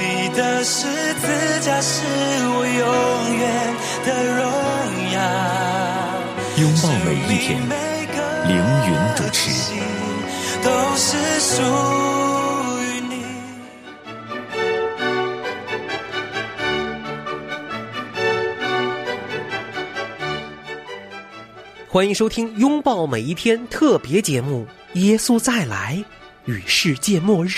你的十字架是我永远的荣耀。拥抱每一天生命每个凌云主持颗心都是属于你。欢迎收听《拥抱每一天》特别节目《耶稣再来与世界末日》。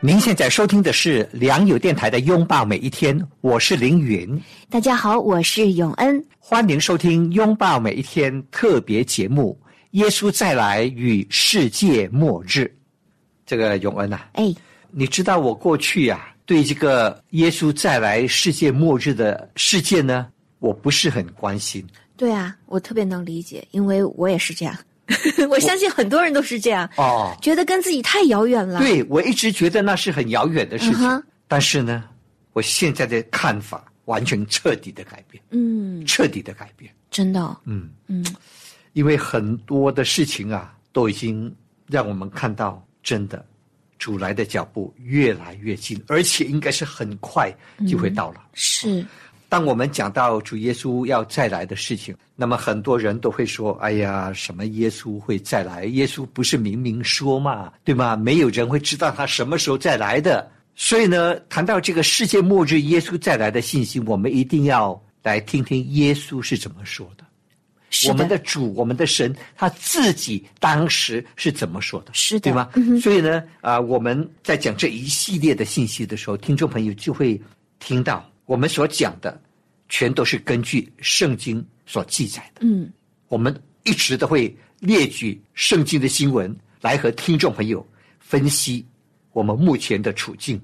您现在收听的是良友电台的《拥抱每一天》，我是凌云，大家好，我是永恩。欢迎收听《拥抱每一天》特别节目《耶稣再来与世界末日》。这个永恩啊，哎，你知道我过去呀、对这个耶稣再来世界末日的事件呢，我不是很关心。对啊，我特别能理解，因为我也是这样。 我相信很多人都是这样，哦，觉得跟自己太遥远了。对我一直觉得那是很遥远的事情，嗯哼但是呢，我现在的看法完全彻底的改变，嗯，彻底的改变。真的哦、嗯，嗯，因为很多的事情啊，都已经让我们看到，真的，主来的脚步越来越近，而且应该是很快就会到了。是，当我们讲到主耶稣要再来的事情，那么很多人都会说：“哎呀，什么耶稣会再来？耶稣不是明明说嘛，对吗？没有人会知道他什么时候再来的。”所以呢，谈到这个世界末日，耶稣再来的信息，我们一定要来听听耶稣是怎么说的。是我们的主，我们的神，他自己当时是怎么说的？是的对吗？嗯哼所以呢，啊、我们在讲这一系列的信息的时候，听众朋友就会听到我们所讲的，全都是根据圣经所记载的。嗯，我们一直都会列举圣经的新闻来和听众朋友分析我们目前的处境，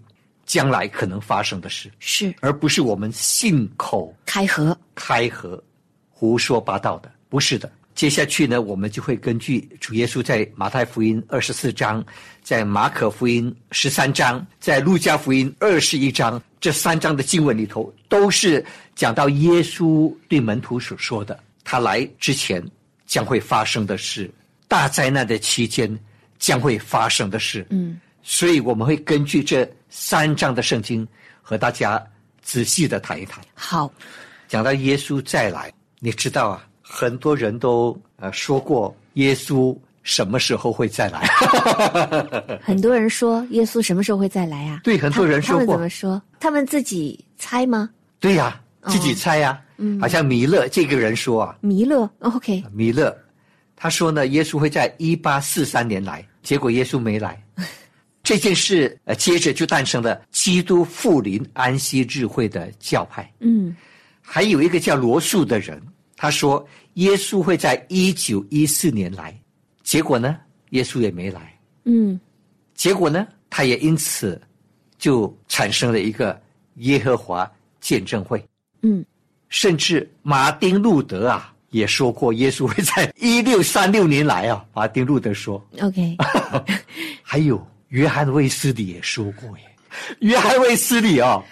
将来可能发生的事，是而不是我们信口开合，开合、胡说八道的，不是的。接下去呢，我们就会根据主耶稣在马太福音二十四章、在马可福音十三章、在路加福音二十一章这三章的经文里头，都是讲到耶稣对门徒所说的，他来之前将会发生的事，大灾难的期间将会发生的事。嗯，所以我们会根据这三章的圣经和大家仔细的谈一谈。 好，讲到耶稣再来，你知道啊，很多人都呃说过耶稣什么时候会再来。 很多人说耶稣什么时候会再来啊？对很多人他他说们过怎么说？他们自己猜吗？对呀、自己猜呀、好像弥勒这个人说啊，弥勒，OK，弥勒，他说呢，耶稣会在一八四三年来，结果耶稣没来。这件事，呃，接着就诞生了基督复临安息日会的教派。嗯，还有一个叫罗素的人，他说耶稣会在一九一四年来，结果呢，耶稣也没来。嗯，结果呢，他也因此就产生了一个耶和华见证会。嗯，甚至马丁路德啊也说过，耶稣会在 一六三六年来啊。马丁路德说， ，OK，还有约翰卫斯理也说过耶。约翰卫斯理哦，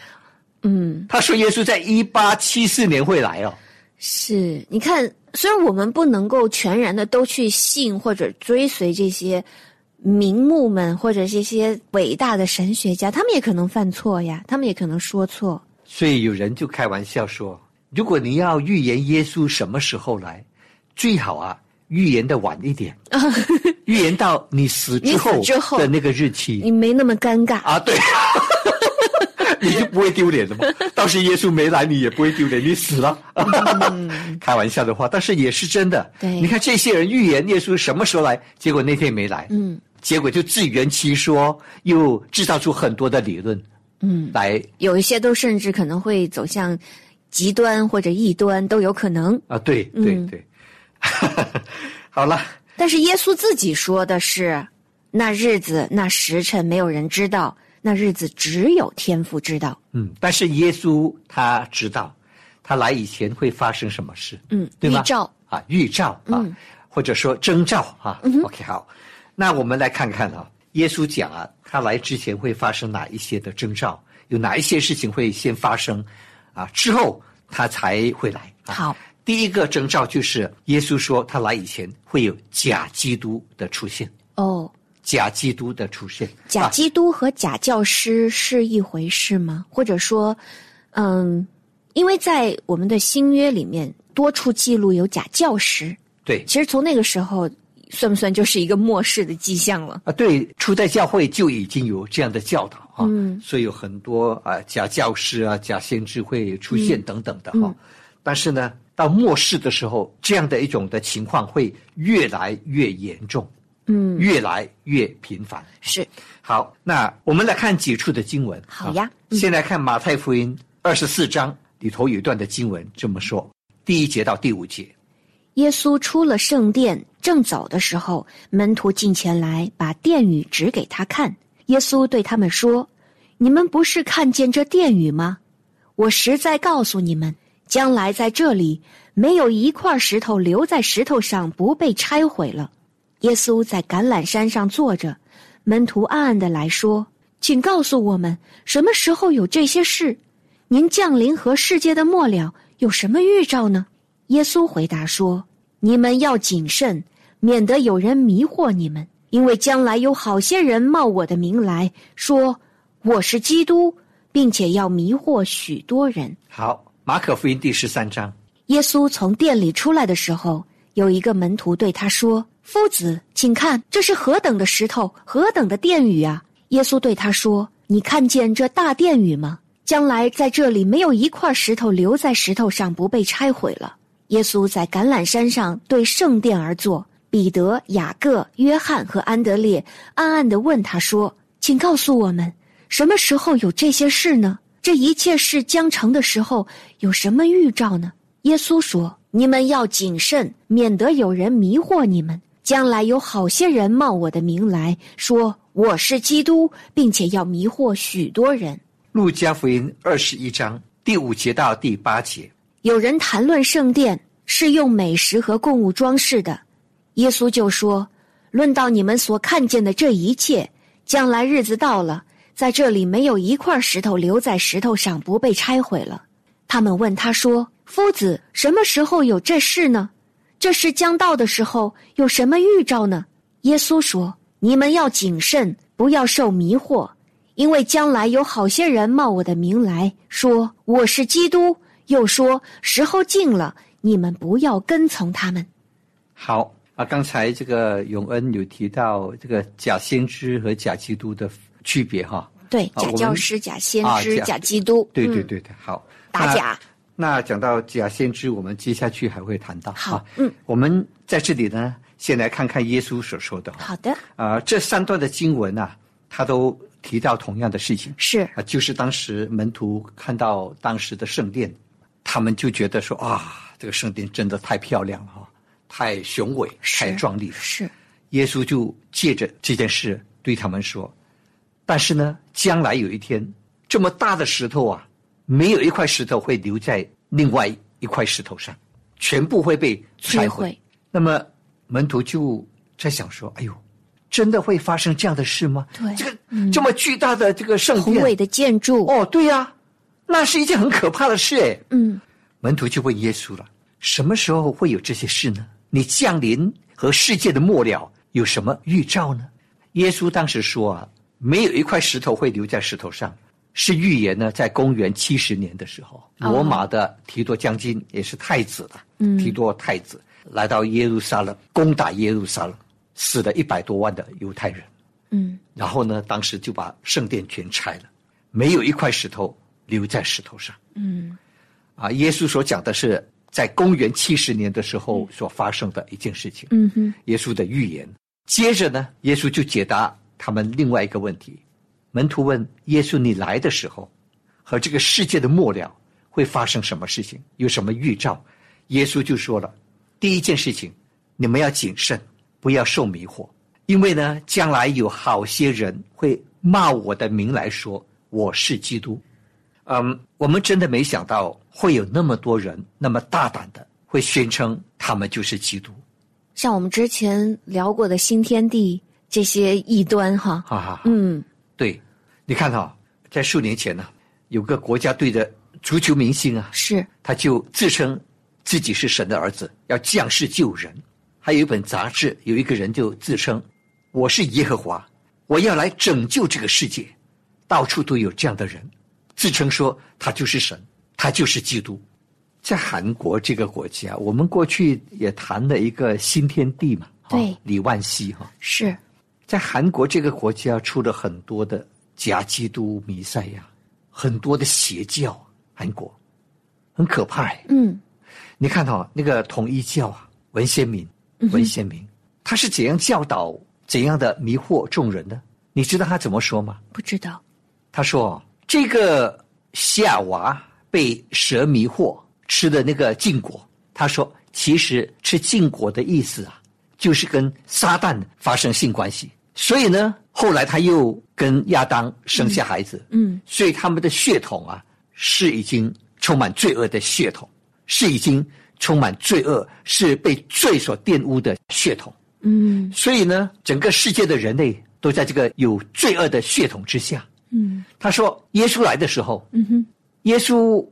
嗯，他说耶稣在一八七四年会来哦。是，你看，虽然我们不能够全然的都去信或者追随这些名目们或者这些伟大的神学家，他们也可能犯错呀，他们也可能说错。所以有人就开玩笑说，如果你要预言耶稣什么时候来，最好啊预言的晚一 点，预言到你死之后你死之后的那个日你期没那么尴尬，啊，对。 你就不会丢脸了 嘛？到时耶稣没来，你也不会丢脸，你死了。 开玩笑的话，但是也是真的。嗯对你看这些人预言耶稣什么时候来，结果那天没来，嗯结果就自圆其说，又制造出很多的理论嗯，来有一些都甚至可能会走向极端或者异端都有可能。啊，对对嗯对， 好了，但是耶稣自己说的是，那日子、那时辰没有人知道，那日子只有天父知道。嗯，但是耶稣他知道，他来以前会发生什么事，嗯对吗？预兆嗯啊，预兆啊，或者说征兆啊。OK，好，那我们来看看啊，耶稣讲啊，他来之前会发生哪一些的征兆，有哪一些事情会先发生，啊，之后他才会来。啊、好，第一个征兆就是耶稣说他来以前会有假基督的出现，哦，假基督的出现，假啊基督和假教师是一回事吗？或者说，嗯，因为在我们的新约里面多处记录有假教师，对其实从那个时候算不算就是一个末世的迹象了？啊，对，初代教会就已经有这样的教导啊，嗯所以有很多啊假教师啊、假先知会出现等等的哈、嗯但是呢，到末世的时候，这样的一种的情况会越来越严重，嗯，越来越频繁。是好，那我们来看几处的经文。好呀啊嗯先来看马太福音二十四章里头有一段的经文这么说，第一节到第五节。耶稣出了圣殿，正走的时候，门徒进前来，把殿宇指给他看。耶稣对他们说：“你们不是看见这殿宇吗？我实在告诉你们，将来在这里没有一块石头留在石头上不被拆毁了。”耶稣在橄榄山上坐着，门徒暗暗的来说：“请告诉我们，什么时候有这些事？您降临和世界的末了有什么预兆呢？”耶稣回答说：“你们要谨慎，免得有人迷惑你们，因为将来有好些人冒我的名来说我是基督，并且要迷惑许多人。好，马可福音第十三章。”耶稣从店里出来的时候，有一个门徒对他说：“夫子，请看，这是何等的石头，何等的殿宇啊！”耶稣对他说：“你看见这大殿宇吗？将来在这里没有一块石头留在石头上不被拆毁了。”耶稣在橄榄山上对圣殿而坐，彼得、雅各、约翰和安德烈暗暗地问他说：“请告诉我们，什么时候有这些事呢？这一切事将成的时候，有什么预兆呢？”耶稣说：“你们要谨慎，免得有人迷惑你们。将来有好些人冒我的名来说我是基督，并且要迷惑许多人。路加福音二十一章第五节到第八节。有人谈论圣殿是用美食和供物装饰的，耶稣就说：“论到你们所看见的这一切，将来日子到了，在这里没有一块石头留在石头上不被拆毁了。”他们问他说：“夫子，什么时候有这事呢？这事将到的时候有什么预兆呢？”耶稣说：“你们要谨慎，不要受迷惑。”因为将来有好些人冒我的名来说我是基督，又说时候近了，你们不要跟从他们。好啊，刚才这个永恩有提到这个假先知和假基督的区别哈。对，啊假我教们师、假先啊知、假假基督，对对嗯，对对，好。打那假。那讲到假先知，我们接下去还会谈到。好啊嗯，我们在这里呢，先来看看耶稣所说的。好的，啊、这三段的经文啊，他都提到同样的事情。是啊，就是当时门徒看到当时的圣殿，他们就觉得说啊，这个圣殿真的太漂亮了，啊太雄伟，是太壮丽了。是耶稣就借着这件事对他们说：“但是呢，将来有一天，这么大的石头啊，没有一块石头会留在另外一块石头上，全部会被拆毁。摧毁，那么门徒就在想说：“哎呦，真的会发生这样的事吗？对这嗯个、这么巨大的这个圣宏殿伟，的建筑，哦，对呀、那是一件很可怕的事哎。嗯，门徒就问耶稣了：“什么时候会有这些事呢？你降临和世界的末了有什么预兆呢？”耶稣当时说：“啊，没有一块石头会留在石头上。”是预言呢，在公元七十年的时候，罗马的提多将军也是太子了，提多太子来到耶路撒冷，攻打耶路撒冷，死了一百多万的犹太人。然后呢，当时就把圣殿全拆了，没有一块石头留在石头上。嗯，啊，耶稣所讲的是在公元七十年的时候所发生的一件事情。嗯哼，耶稣的预言。接着呢，耶稣就解答他们另外一个问题。门徒问耶稣：“你来的时候和这个世界的末了会发生什么事情，有什么预兆。耶稣就说了，第一件事情，你们要谨慎，不要受迷惑，因为呢，将来有好些人会冒我的名来说我是基督。嗯，我们真的没想到会有那么多人那么大胆的会宣称他们就是基督，像我们之前聊过的新天地这些异端哈，哈哈哈。嗯，对，你看哈、在数年前呢、有个国家队的足球明星啊，是他就自称自己是神的儿子，要降世救人。还有一本杂志，有一个人就自称我是耶和华，我要来拯救这个世界。到处都有这样的人，自称说他就是神，他就是基督。在韩国这个国家，我们过去也谈了一个新天地嘛，哈对李万熙哈、是，在韩国这个国家出了很多的假基督弥赛亚，很多的邪教，韩国很可怕哎。嗯，你看哈、那个统一教啊，文先明，文先明，他是怎样教导、怎样的迷惑众人的？你知道他怎么说吗？不知道，他说：“这个夏娃被蛇迷惑，吃的那个禁果。”他说：“其实吃禁果的意思啊，就是跟撒旦发生性关系。所以呢，后来他又跟亚当生下孩子。嗯嗯所以他们的血统啊，是已经充满罪恶的血统，是已经充满罪恶，是被罪所玷污的血统。嗯所以呢，整个世界的人类都在这个有罪恶的血统之下。”嗯他说，耶稣来的时候，嗯哼，耶稣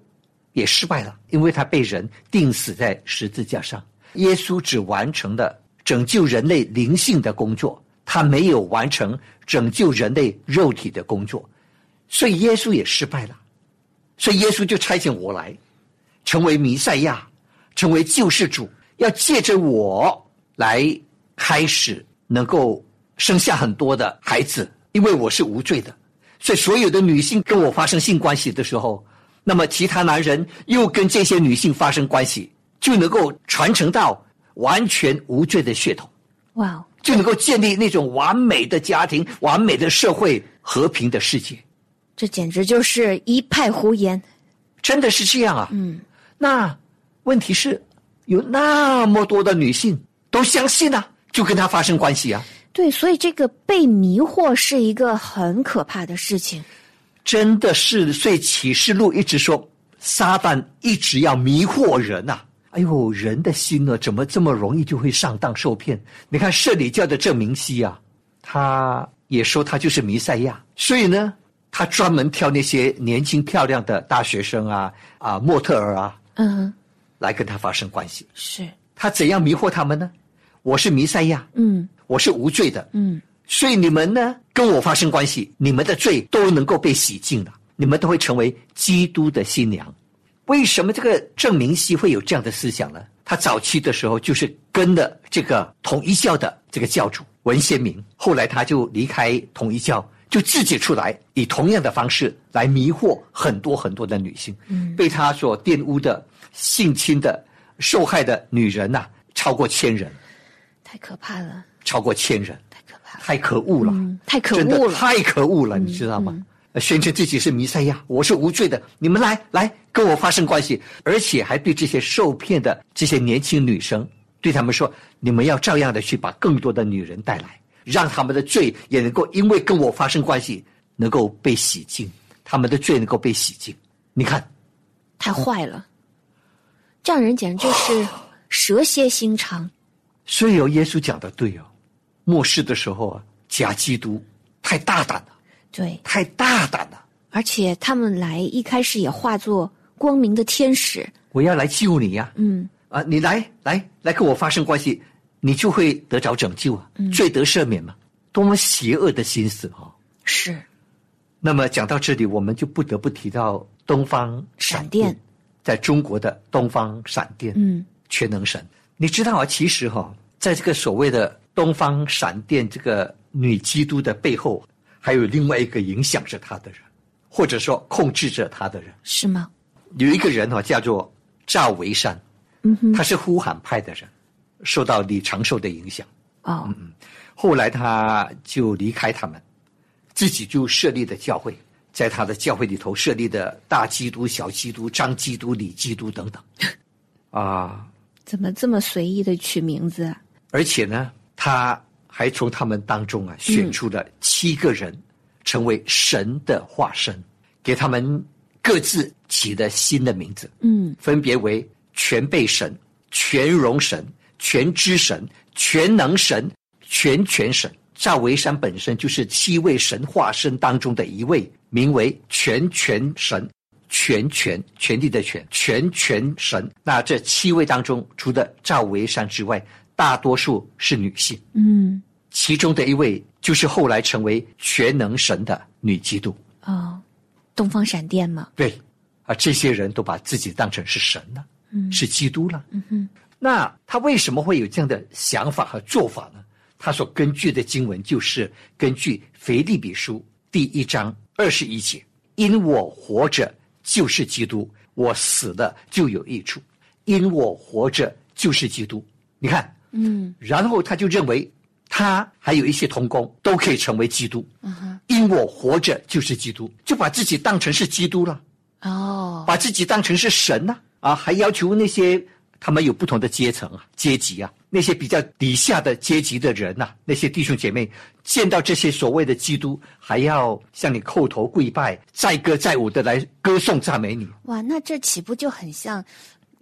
也失败了，因为他被人钉死在十字架上。耶稣只完成了拯救人类灵性的工作，他没有完成拯救人类肉体的工作，所以耶稣也失败了。所以耶稣就差遣我来，成为弥赛亚，成为救世主，要借着我来开始能够生下很多的孩子，因为我是无罪的。所以所有的女性跟我发生性关系的时候，那么其他男人又跟这些女性发生关系，就能够传承到完全无罪的血统，哇哦，就能够建立那种完美的家庭、完美的社会、和平的世界。这简直就是一派胡言，真的是这样啊。嗯，那问题是，有那么多的女性都相信啊，就跟他发生关系啊，对，所以这个被迷惑是一个很可怕的事情，真的是。所以启示录一直说，撒旦一直要迷惑人呐、哎呦，人的心呢，怎么这么容易就会上当受骗？你看社里教的郑明熙啊，他也说他就是弥赛亚，所以呢，他专门挑那些年轻漂亮的大学生啊啊模特儿啊嗯哼，来跟他发生关系。是，他怎样迷惑他们呢？我是弥赛亚，嗯我是无罪的，嗯，所以你们呢跟我发生关系，你们的罪都能够被洗净了，你们都会成为基督的新娘。为什么这个郑明熙会有这样的思想呢？他早期的时候就是跟了这个统一教的这个教主文先明，后来他就离开统一教，就自己出来以同样的方式来迷惑很多很多的女性，被他所玷污的、性侵的、受害的女人呐、超过千人，太可怕了，超过千人，太可怕了，太可恶了。嗯，太可真恶的了，嗯太可恶了，你知道吗？呃宣称自己是弥赛亚，我是无罪的，你们来来跟我发生关系，而且还对这些受骗的这些年轻女生，对他们说，你们要照样的去把更多的女人带来，让他们的罪也能够因为跟我发生关系，能够被洗净，他们的罪能够被洗净。你看，太坏了，这样人简直就是蛇蝎心肠，所以有耶稣讲的对哦，末世的时候啊，假基督太大胆了，对，太大胆了，而且他们来一开始也化作光明的天使，我要来救你呀、嗯，啊，你来来来跟我发生关系，你就会得着拯救啊，嗯罪得赦免嘛。多么邪恶的心思哈、是那么讲到这里，我们就不得不提到东方闪闪电在中国的东方闪电，嗯，全能神。你知道啊，其实哈、在这个所谓的东方闪电这个女基督的背后，还有另外一个影响着她的人，或者说控制着她的人。是吗？有一个人哈、叫做赵维山，嗯哼，他是呼喊派的人，受到李长寿的影响，哦，后来他就离开他们，自己就设立的教会，在他的教会里头设立的大基督、小基督、张基督、李基督等等，啊，怎么这么随意的取名字啊？而且呢，他还从他们当中啊选出了七个人，成为神的化身，给他们各自起了新的名字，嗯，分别为全备神、全容神、全知神、全能神、全权神。赵维山本身就是七位神化身当中的一位，名为全权神。全权权力的权，全权神。那这七位当中，除了赵维山之外，大多数是女性。嗯，其中的一位就是后来成为全能神的女基督。哦，东方闪电嘛，对，啊，这些人都把自己当成是神了，嗯，是基督了，嗯哼。那他为什么会有这样的想法和做法呢？他所根据的经文就是根据《腓立比书》第一章二十一节：“因我活着就是基督，我死了就有益处；因我活着就是基督。”你看，嗯，然后他就认为他还有一些童工都可以成为基督，因我活着就是基督，就把自己当成是基督了。哦，把自己当成是神呐、啊，还要求那些他们有不同的阶层啊、阶级啊，那些比较底下的阶级的人呐、啊那些弟兄姐妹见到这些所谓的基督，还要向你叩头跪拜，载歌载舞的来歌颂赞美你。哇，那这岂不就很像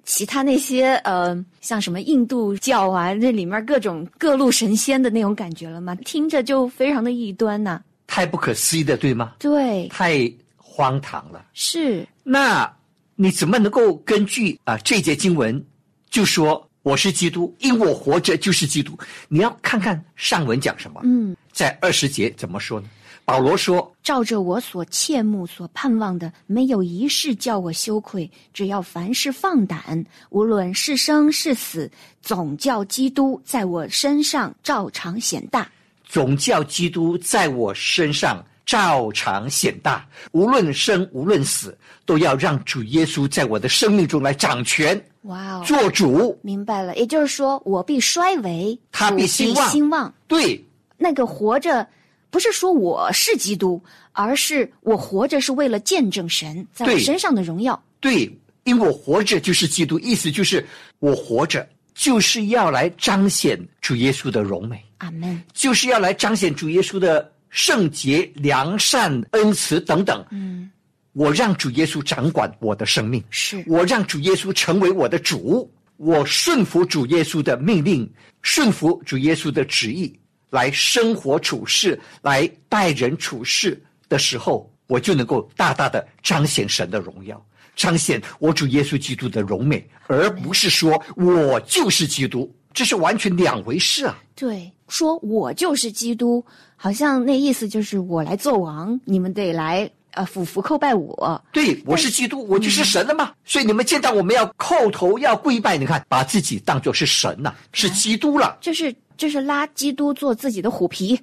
其他那些呃，像什么印度教啊，那里面各种各路神仙的那种感觉了吗？听着就非常的异端呐、太不可思议的，对吗？对，太荒唐了。是，那你怎么能够根据啊这节经文就说我是基督，因我活着就是基督？你要看看上文讲什么，嗯，在二十节怎么说呢？保罗说照着我所切慕、所盼望的，没有一事叫我羞愧。只要凡事放胆，无论是生是死，总叫基督在我身上照常显大。总叫基督在我身上照常显大，无论生无论死，都要让主耶稣在我的生命中来掌权、哇哦，做主。明白了，也就是说，我必衰微，他必主兴旺兴旺。对，那个活着，不是说我是基督，而是我活着是为了见证神在我对身上的荣耀。对，因为我活着就是基督，意思就是我活着就是要来彰显主耶稣的荣美，阿门。就是要来彰显主耶稣的圣洁、良善、恩慈等等。嗯，我让主耶稣掌管我的生命，是我让主耶稣成为我的主，我顺服主耶稣的命令，顺服主耶稣的旨意，来生活处事，来待人处事的时候，我就能够大大的彰显神的荣耀，彰显我主耶稣基督的荣美，而不是说我就是基督，这是完全两回事啊。对，说我就是基督，好像那意思就是我来做王，你们得来呃俯伏叩拜我。对，我是基督，我就是神了嘛。所以你们见到我们要叩头要跪拜，你看，把自己当作是神呐、是基督了。这是这是拉基督做自己的虎皮。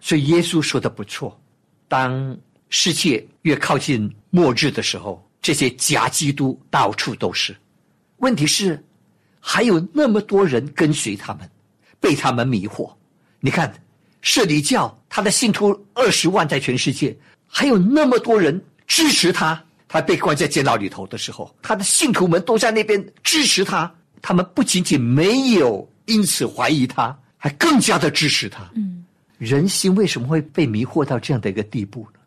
所以耶稣说的不错，当世界越靠近末日的时候，这些假基督到处都是。问题是，还有那么多人跟随他们，被他们迷惑。你看，舍利教他的信徒二十万在全世界，还有那么多人支持他。他被关在监牢里头的时候，他的信徒们都在那边支持他。他们不仅仅没有因此怀疑他，还更加的支持他。人心为什么会被迷惑到这样的一个地步呢？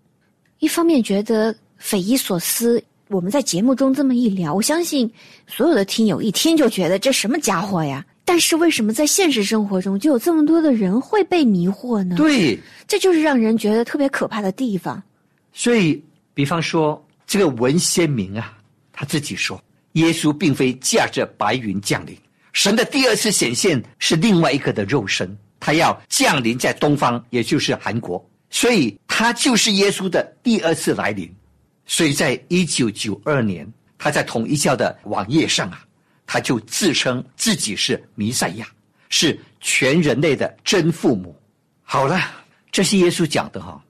一方面觉得匪夷所思，我们在节目中这么一聊，我相信所有的听友一听就觉得这什么家伙呀？但是为什么在现实生活中就有这么多的人会被迷惑呢？对，这就是让人觉得特别可怕的地方。所以比方说这个文先明啊，他自己说，耶稣并非驾着白云降临，神的第二次显现是另外一个的肉身，他要降临在东方，也就是韩国，所以他就是耶稣的第二次来临。所以在一九九二年，他在统一教的网页上啊，他就自称自己是弥赛亚，是全人类的真父母。好了，这是耶稣讲的哈、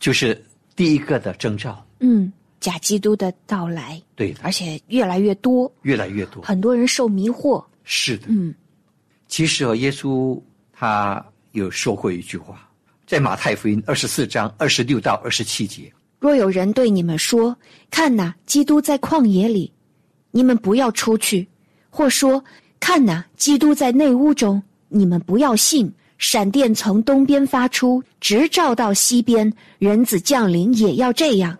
就是第一个的征兆，嗯，假基督的到来，对的而，且越来越多，越来越多，很多人受迷惑。是的。嗯，其实啊，耶稣他有说过一句话，在马太福音二十四章二十六到二十七节，若有人对你们说：“看哪，基督在旷野里”，你们不要出去；或说：“看哪，基督在内屋中”，你们不要信。闪电从东边发出，直照到西边，人子降临也要这样。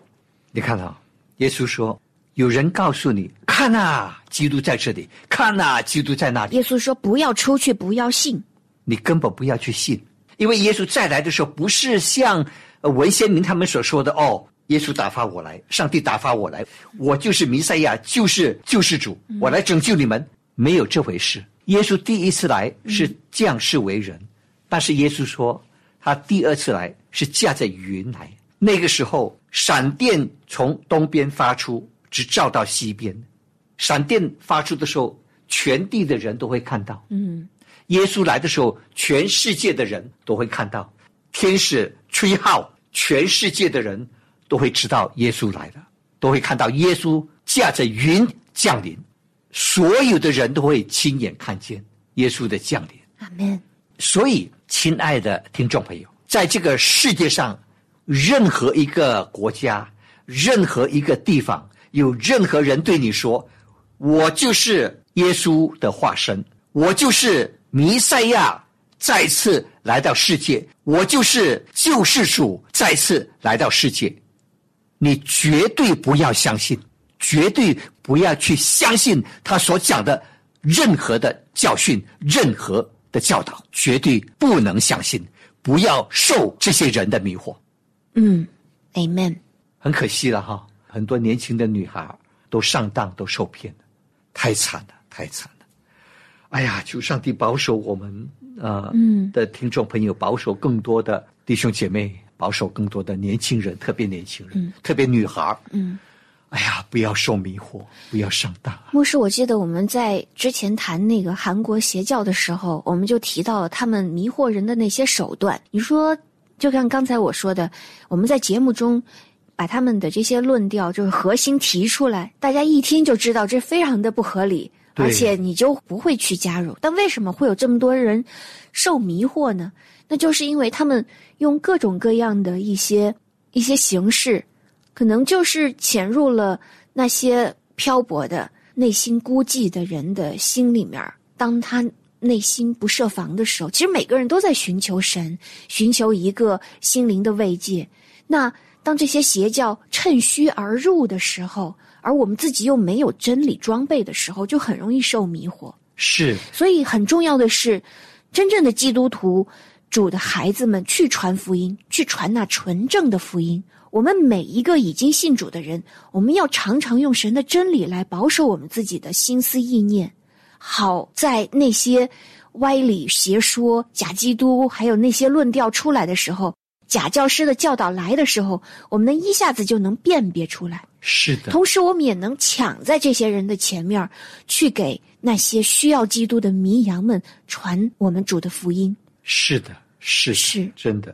你看啊，耶稣说，有人告诉你，看呐、基督在这里，看呐、基督在那里，耶稣说：“不要出去，不要信。你根本不要去信，因为耶稣再来的时候，不是像呃文先明他们所说的哦，耶稣打发我来，上帝打发我来，我就是弥赛亚，就是救世主，我来拯救你们，没有这回事。耶稣第一次来是降世为人，但是耶稣说他第二次来是驾着云来，那个时候闪电从东边发出，直照到西边，闪电发出的时候，全地的人都会看到。”耶稣来的时候，全世界的人都会看到，天使吹号，全世界的人都会知道耶稣来了，都会看到耶稣驾着云降临，所有的人都会亲眼看见耶稣的降临。”阿门。所以，亲爱的听众朋友，在这个世界上，任何一个国家、任何一个地方，有任何人对你说：“我就是耶稣的化身，我就是弥赛亚，再次来到世界，我就是救世主，再次来到世界。”你绝对不要相信，绝对不要去相信他所讲的任何的教训、任何的教导，绝对不能相信，不要受这些人的迷惑。嗯，Amen。很可惜了哈，很多年轻的女孩都上当，都受骗了，太惨了，太惨了。哎呀，求上帝保守我们呃、嗯的听众朋友，保守更多的弟兄姐妹，保守更多的年轻人，特别年轻人，特别女孩嗯，哎呀，不要受迷惑，不要上当啊！牧师，我记得我们在之前谈那个韩国邪教的时候，我们就提到了他们迷惑人的那些手段。你说，就像刚才我说的，我们在节目中把他们的这些论调，就是核心提出来，大家一听就知道这非常的不合理，对而且你就不会去加入。但为什么会有这么多人受迷惑呢？那就是因为他们用各种各样的一些一些形式，可能就是潜入了那些漂泊的、内心孤寂的人的心里面儿。当他内心不设防的时候，其实每个人都在寻求神，寻求一个心灵的慰藉。那当这些邪教趁虚而入的时候，而我们自己又没有真理装备的时候，就很容易受迷惑。是所以很重要的是，真正的基督徒主的孩子们去传福音，去传那纯正的福音。我们每一个已经信主的人，我们要常常用神的真理来保守我们自己的心思意念，好在那些歪理邪说、假基督，还有那些论调出来的时候，假教师的教导来的时候，我们能一下子就能辨别出来。是的，同时，我们也能抢在这些人的前面儿，去给那些需要基督的迷羊们传我们主的福音。是的，是的是真的，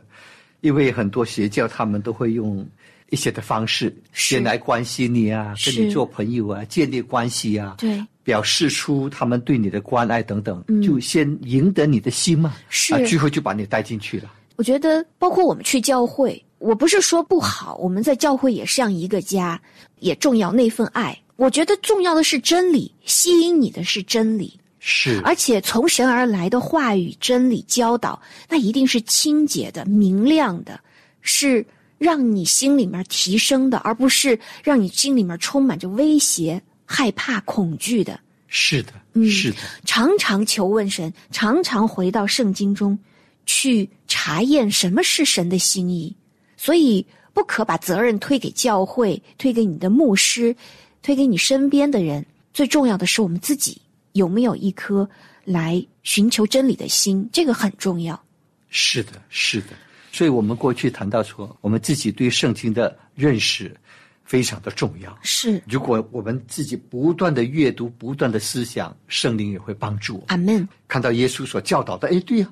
因为很多邪教他们都会用一些的方式是先来关心你啊，跟是你做朋友啊，建立关系啊，对，表示出他们对你的关爱等等，嗯就先赢得你的心嘛，是啊，最后就把你带进去了。我觉得，包括我们去教会，我不是说不好，我们在教会也像一个家，也重要那份爱。我觉得重要的是真理，吸引你的是真理，是而且从神而来的话语、真理教导，那一定是清洁的、明亮的，是让你心里面提升的，而不是让你心里面充满着威胁、害怕、恐惧的。是的，嗯是的，常常求问神，常常回到圣经中去查验什么是神的心意。所以，不可把责任推给教会，推给你的牧师，推给你身边的人。最重要的是，我们自己有没有一颗来寻求真理的心，这个很重要。是的，是的。所以我们过去谈到说，我们自己对圣经的认识非常的重要。是，如果我们自己不断的阅读、不断的思想，圣灵也会帮助我们阿门。看到耶稣所教导的。哎，对呀、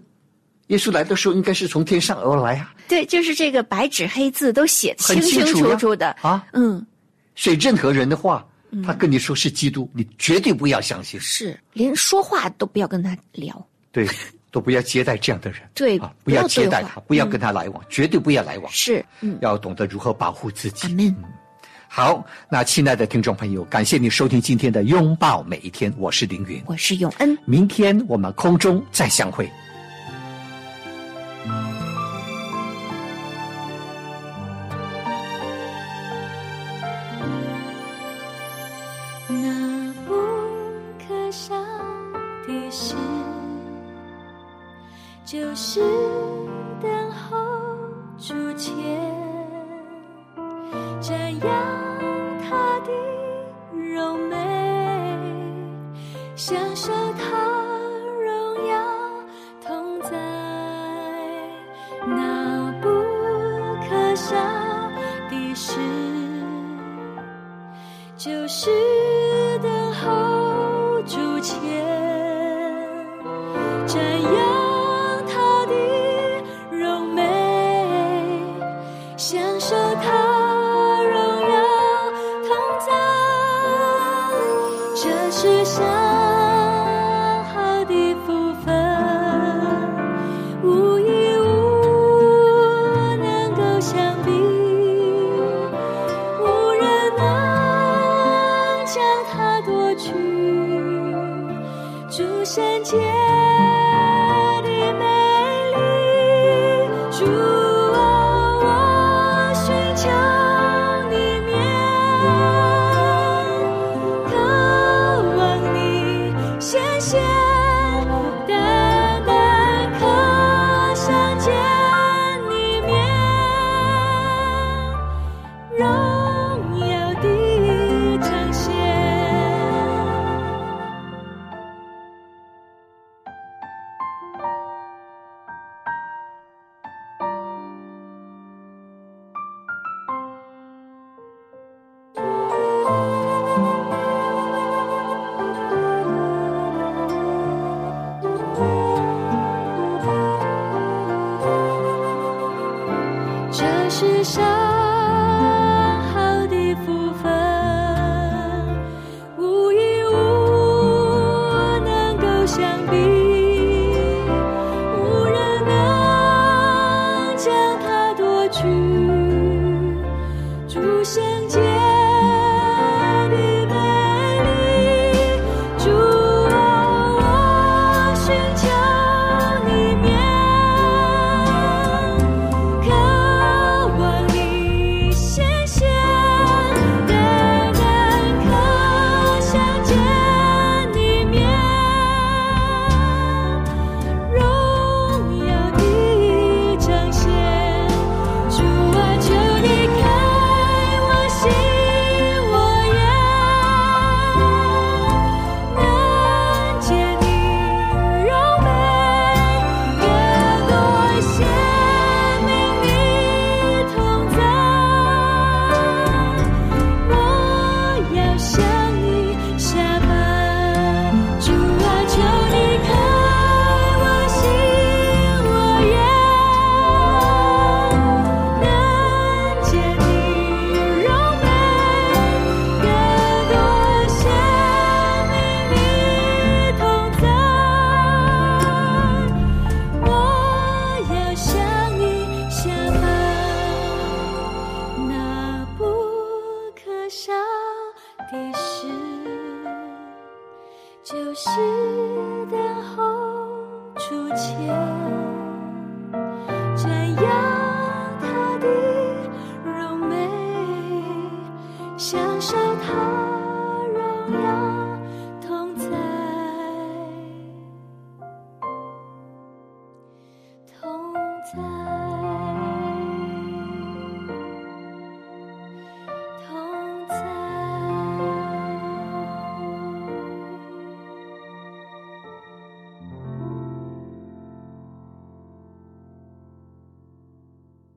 耶稣来的时候应该是从天上而来啊，对，就是这个白纸黑字都写得很清清楚呀楚楚的。啊。嗯，所以任何人的话，他跟你说是基督，你绝对不要相信。是，连说话都不要跟他聊。对，都不要接待这样的人，对啊，不不要要接待对话嗯他，不要跟他来往，绝对不要来往，是，嗯，要懂得如何保护自己。阿门。好，那亲爱的听众朋友，感谢你收听今天的《拥抱每一天》，我是凌云，我是永恩。明天我们空中再相会。那不可少的事，就是等候出现，这样她的柔美，享受她荣耀同在，那不可少的事。就是等候主前，瞻仰他的柔美，享受他荣耀同在，这是上好的福分，无一物能够相比。无人能将它夺去。主圣洁的美丽，主啊，我寻求你面，渴望你显现，单单可相见你面。荣耀的彰显。这世上好的福分，无一物能够相比，无人能将它夺去。主圣洁的美丽，主啊，我寻求你面。渴望你显现，单单可相见你面，荣耀的彰显。主啊，求你开我心我眼，能见你柔美，更多鲜明你同在。我要向你下拜，主啊，求你开我心我眼，能见你柔美，更多鲜明你同在。我要向你下拜。那不可少的事，就是等候出现，